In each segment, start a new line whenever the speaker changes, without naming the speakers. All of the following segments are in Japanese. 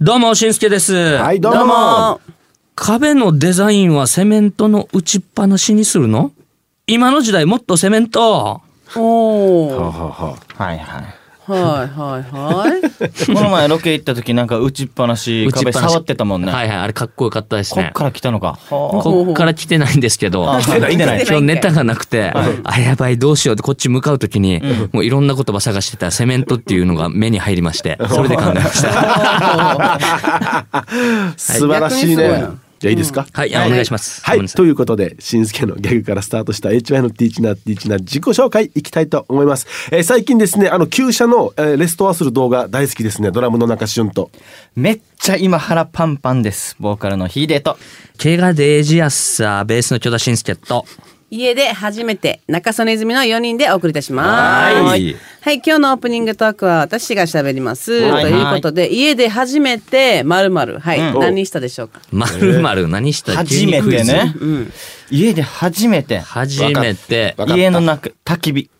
どうも、しんすけです。
はいどうも
壁のデザインはセメントの打ちっぱなしにするの今の時代もっとセメント
おー
はあ
は
はあは
はいはい。
いはいはい
この前ロケ行った時なんか打ちっぱなし
打ちっぱな
壁
し
触ってたもんね。
はいはい、あれかっこよかったです
こ
ね
っ。から来たのか。は
こっから来てないんですけど。
あ来てない来てない
今日ネタがなくて、あ、やばい、どうしようってこっち向かうときに、もういろんな言葉探してたらセメントっていうのが目に入りまして、それで考えました。
あ 素晴らしいね
逆にすごいな
じゃあいいですか、
はい、あお願いします。
は
ごめん
い、
なさ
ということで、しんすけのギャグからスタートした HY のティーチナーティーチナー自己紹介いきたいと思います。えー最近ですね、あの、旧車の、えーレストアする動画大好きですね、ドラムの中旬と。
めっちゃ今腹パンパンです。ボーカルのヒデと。
怪我でエジアスさベースの巨田信介と。
家で初めて中曽根泉の4人でお送りいたします
は
はいい、今日のオープニングトークは私が喋ります、
はい
ということで家で初めてまるまるはい、
うん
何したでしょうか
まるまる何した
初めて。ね。
うん
家で初めて。
初めて。
わかった
家の中、焚き火。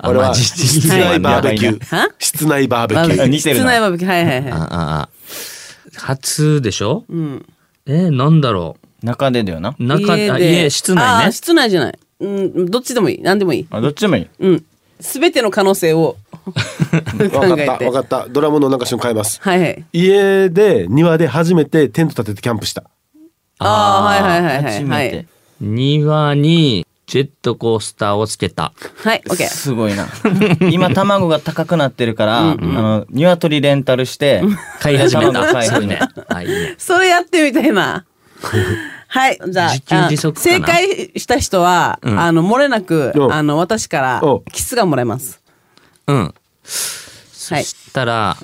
あ、まあ、実
室
質は
内
ねあ
バーベキュ
は
ー。室内バーベ
バーベ
キ
キ
ュ
ュー
ー。
似てるな
室内バーベキューはいはいはい
あ、あ初でしょ
うん
えー、なんだろ
中でだよな。
う。中、あ
家で
家、室内
あー
ね。
室内じゃないうんどっちでもいい何でもいい
あどっちでもいい。
うん全ての可能性 を考えて
わかった、わかった。ドラムの中旬変えます。
はいはい
家で、庭で初めてテント立ててキャンプした。
ああはいはいはいは
初
いは
め
い
て。
庭にジェットコースターをつけた。
はいオッケー
すごいな。今卵が高くなってるから、あの、鶏レンタルして、
買い始め
卵
た。
買い
そう
始め
ね
た。。
あ、いいね。
それやってみたいなはいじゃあ
自給自足
あ
か
正
な
解した人は、
うん
あの漏れなく
お
あの私から
お
キスがもらえます
うん。そ
はい
したら、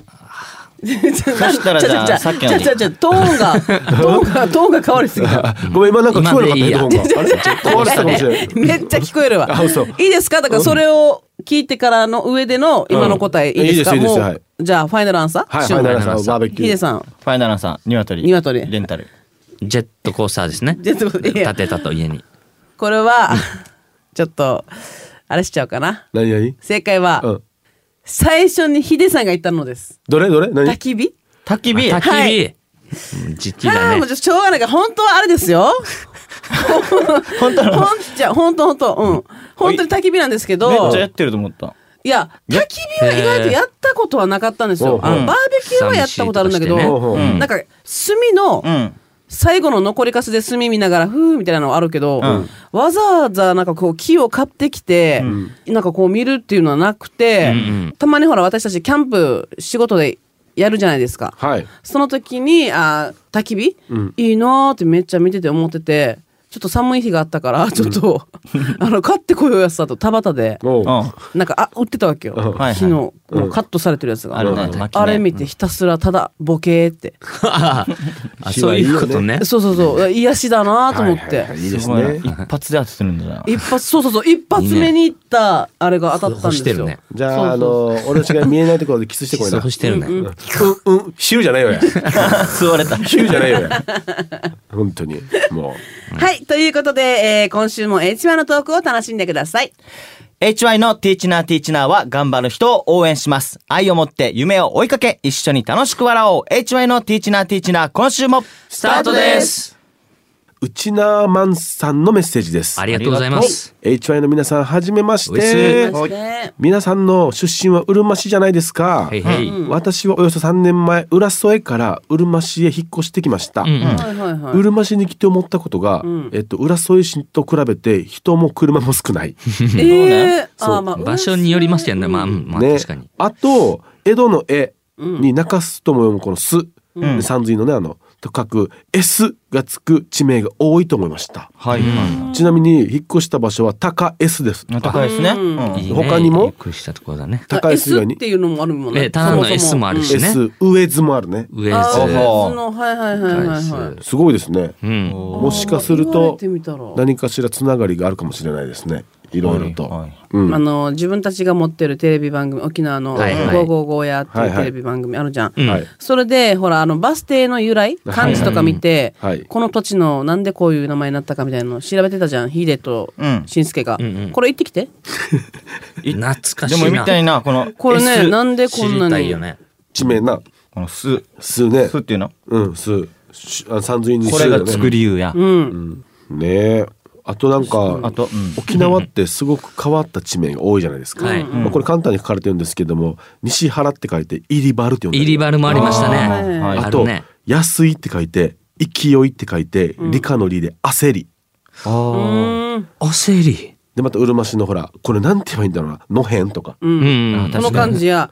そ
したらじゃあさっきのに
ちゃちゃトーン がトーンがトーンが変わりすぎた
ごめん、今なんか聞こえなかった、ヘッド
今
ホン
でいいや。
があれ壊れてたかもしれ ない。
めっちゃ聞こえるわ
あ嘘
いいですかだからそれを聞いてからの上での今の答え、
うん
いいですか
いいですいいです
もう
はい
じゃあファイナルアンサー
はい、フ
シュ
ァイ
ン
ナルアンサーバーベキ
ヒ
ュ
デ
ー。
さん
ファイナルさん、鶏。
鶏
レンタル。
ジェットコースターですね。
ジェットコースターいや
建てたと家に。
これは ちょっとあれしちゃうかな
何何
正解は、
うん。
最初にヒデさんが言ったのです
どれどれ何
焚き火
焚き火。
焚き
は
火。時期
あ
だ
ー
ね
もう。ちょっとしょうがないから本当はあれですよ本当ほんじゃ本当本当うん本当に焚き火なんですけ
めっ
ど
ちゃやってると思った。
いや焚き火は意外とやったことはなかったんですよ
へー
あのバーベキューはやったことあるんだけど、
寂しいと
かして
ねうん
なんか炭の
うん。
最後の残りかすで炭見ながらふーみたいなのあるけど、
ん
わざわざなんかこう木を買ってきて、なんかこう見るっていうのはなくて、
うんうん
たまにほら私たちキャンプ仕事でやるじゃないですか。
はい。
その時にあー焚き火、
うん
いいなーってめっちゃ見てて思っててちょっと寒い日があったからちょっと、あの買ってこようやつだと田畑で
おう
うん。あ
なんかあ売ってたわけよ、
うん
はいはい
昨日、もう
うん
カットされてるやつが、
るね
う。ん
薪ね
あれ見てひたすらただボケーって、
ああそういうことね。
そうそうそう癒しだなーと思って、
はいはいはいいいです
ごいな
ね
一。発で当ててるんだな。
一発そうそうそう一発目に行ったあれが当たったん
干
で
し
す
て
よ
るね。
じゃあ、あの、俺の違い見えないところでキスしてこいな。
干してるね。
うんうん、ヒューじゃない よや。ヒ
吸われた。
ューじゃないよや。本当に。も
はいということで、えー今週も H1 のトークを楽しんでください
HY のティーチナーティーチナーは頑張る人を応援します。愛を持って夢を追いかけ、一緒に楽しく笑おう。HY のティーチナーティーチナー、今週もス
スタートです。
う、うちなマンさんのメッセージです。
ありがとうございます。
HY の皆さん、はじめまし
おいっす
て。
そして
皆さんの出身はうるま市じゃないですか。
はいはい。
私はおよそ3年前、浦添からうるま市へ引っ越してきました。
うんうん。
はいはいはいう
るま市に来て思ったことが、えっと、浦添市と比べて人も車も少ない。
えー、
そう
あーまあ
場所によりますけどね。まあ、うんまあ、
ね
確かに。
あと江戸の絵に中洲とも読むこの「す」
ん
で三髄のねあのと書く「S」がつく地名が多いと思いました
はい。
ちなみに引っ越した場所は高 S です
高いですね。
うん
うん
いいね
他にも
びっくりしたところだね。
高 S 以外
S っ
に
ていうのもあるもん
え
ね
ー棚の S もあるし
S 上津もあるね
ウェ
あー
ー
上
ズ。
手のはいはいはいはいは
すごいですね
うん。
もしかする
言われ
と
てみたら
何かしらつながりがあるかもしれないですねいろいろと、
はいはい
うん
あの自分たちが持ってるテレビ番組沖縄の「
はいはい
555や」って
はい
い
は
う
い
テレビ番組あるじゃん、
うん
はい
それでほらあのバス停の由来漢字とか見て、
はいはい
この土地のなんでこういう名前になったかみたいなの調べてたじゃんヒデと
うん
しんすけが、
んうん
これ行ってきて
懐かし
で
いな
もみたいなこの
これね
S
なんでこん
知
な
りた
に
いよね
地名な
このす
数ね
すっていうの
うん数しあ三髄に
こ
数
れ
だ
が
ね
つく理由や
うん、
ねえあとなんか
あとうん
沖縄ってすごく変わった地名が多いじゃないですか、
はい
まあ、これ簡単に書かれてるんですけども西原って書いて入りバルって呼んで
入りバルもありましたね
あーはい
あ
あ
る
と
ね
安いって書いて勢いって書いて理科の理で焦り
あー
焦り
でまたうるま市のほらこれなんて言えばいいんだろうなのへんとか
うん、
あ
こ
確
の
かに
漢字や、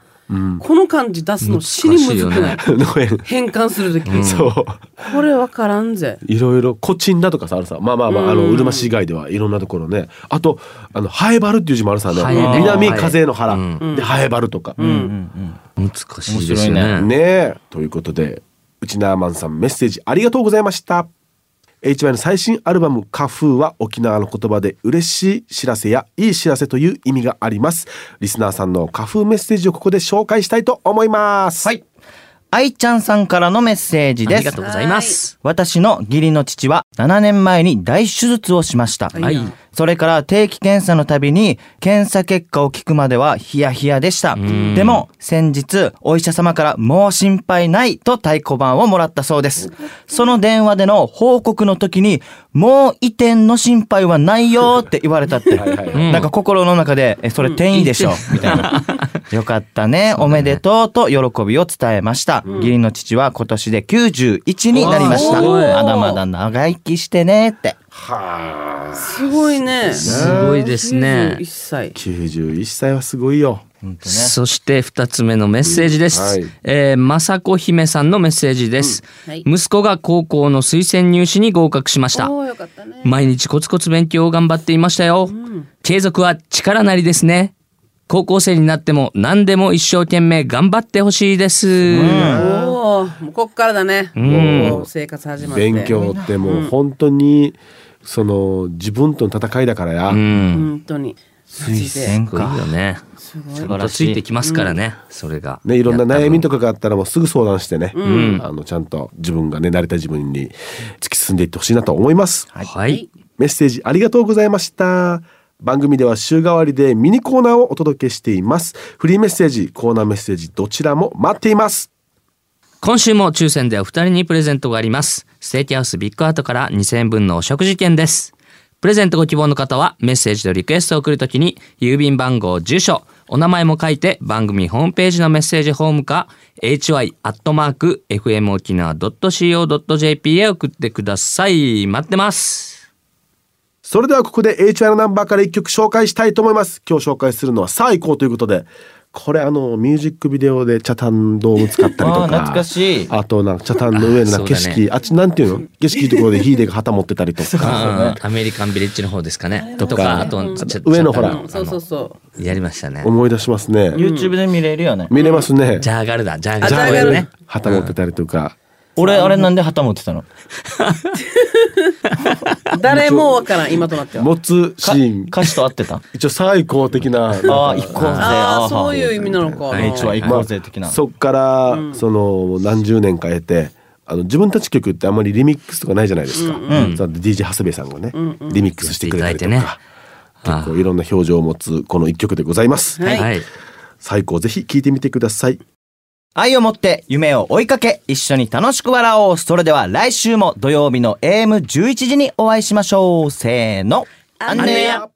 この漢字出すの死にむずくない
難
のへん
変換するとき、
そう
これわからんぜ
いろいろコチンだとかさあるさまあまあまああのうるま市以外ではいろんなところねあとあのハエバルっていう字もあるさね
ハエね
南風の原、
う
でハエバルとか、
難しいですよ
面
ね
白い
ねえということでウチナーマンさんメッセージありがとうございました HY の最新アルバム「花風は沖縄の言葉で嬉しい知らせやいい知らせという意味がありますリスナーさんの花風メッセージをここで紹介したいと思います
はい愛ちゃんさんからのメッセージ
あ
で
りが
す
とうございます
私の義理の父は7年前に大手術をしました、
はいい
いな
それから定期検査のたびに検査結果を聞くまではヒヤヒヤでした
ん
でも先日お医者様からもう心配ないと太鼓判をもらったそうですその電話での報告の時にもう移転の心配はないよって言われたって
はいはいはい
なんか心の中でえそれ転移でしょみた いなよかったねおめでとうと喜びを伝えました義理の父は今年で91になりました
うわーすごい
まだまだ長生きしてねって
すごいね
すごいですね
91歳
91歳はすごいよ
そして二つ目のメッセージです。
はい
えー、雅子姫さんのメッセージです、
うんはい
息子が高校の推薦入試に合格しました。
おーよかったね
毎日コツコツ勉強を頑張っていましたよ。継続は力なりですね。高校生になっても何でも一生懸命頑張ってほしいです。
おおもうこっからだねもう生活始まって
勉強ってもう本当にその自分との戦いだからや、
うん。
本当にマジです
ごいよね。
すごい
ちゃんとついてきますからね、それが。
ね、いろんな悩み
と
とかがあったらもうすぐ相談してね、あのちゃんと自分がね慣れた自分に突き進んでいってほしいなと思います、
か。はい。
メッセージありがとうございました番組では週替わりでミニコーナーをお届けしていますフリーメッセージコーナーメッセージどちらも待っています
今週も抽選でお二人にプレゼントがあります。ステーキハウスビッグアートから2000円分のお食事券です。プレゼントご希望の方はメッセージとリクエストを送るときに郵便番号、住所、お名前も書いて番組ホームページのメッセージフォームか hy.fmokinawa.co.jp へ送ってください。待ってます。
それではここで HR ナンバーから一曲紹介したいと思います今日紹介するのはさあ行こうということでこれあのミュージックビデオでチャタンドーム使ったりと
あー
か
懐かしい
あとなんかチャタンの上のな
あそう
景
だね
色あ,、っちなんていうの景色のところでヒーデが旗持ってたりとか
うんアメリカンビレッジの方ですかね。とか、あと、ちょ
上のほら
ちょっと
そうそうそう
やりましたね。
思い出しますね
YouTube で見れるよね
見れますね
ジャーガルだ、ジャーガ
あ
ル。
ジャーガルね。
旗持ってたりとか、
俺あれなんで旗持ってたの
誰もわからん今となっては
持つシ
か
ーン
歌詞と合ってた
一応最高的ななんか
ああ行こうぜ
ああそういうう意味なのか
はい
一応行こうぜ的な
そっから、その何十年か経てあの自分たち曲ってあんまりリミックスとかないじゃないですか、そう DJ 長谷部さんがね、リミックスしてくれたりとか
やっていただい
結構いろんな表情を持つこの一曲でございます、
はい
はい。
最高ぜひ聴いてみてください
愛を持って夢を追いかけ一緒に楽しく笑おうそれでは来週も土曜日の AM11 時にお会いしましょうせーの
アンネや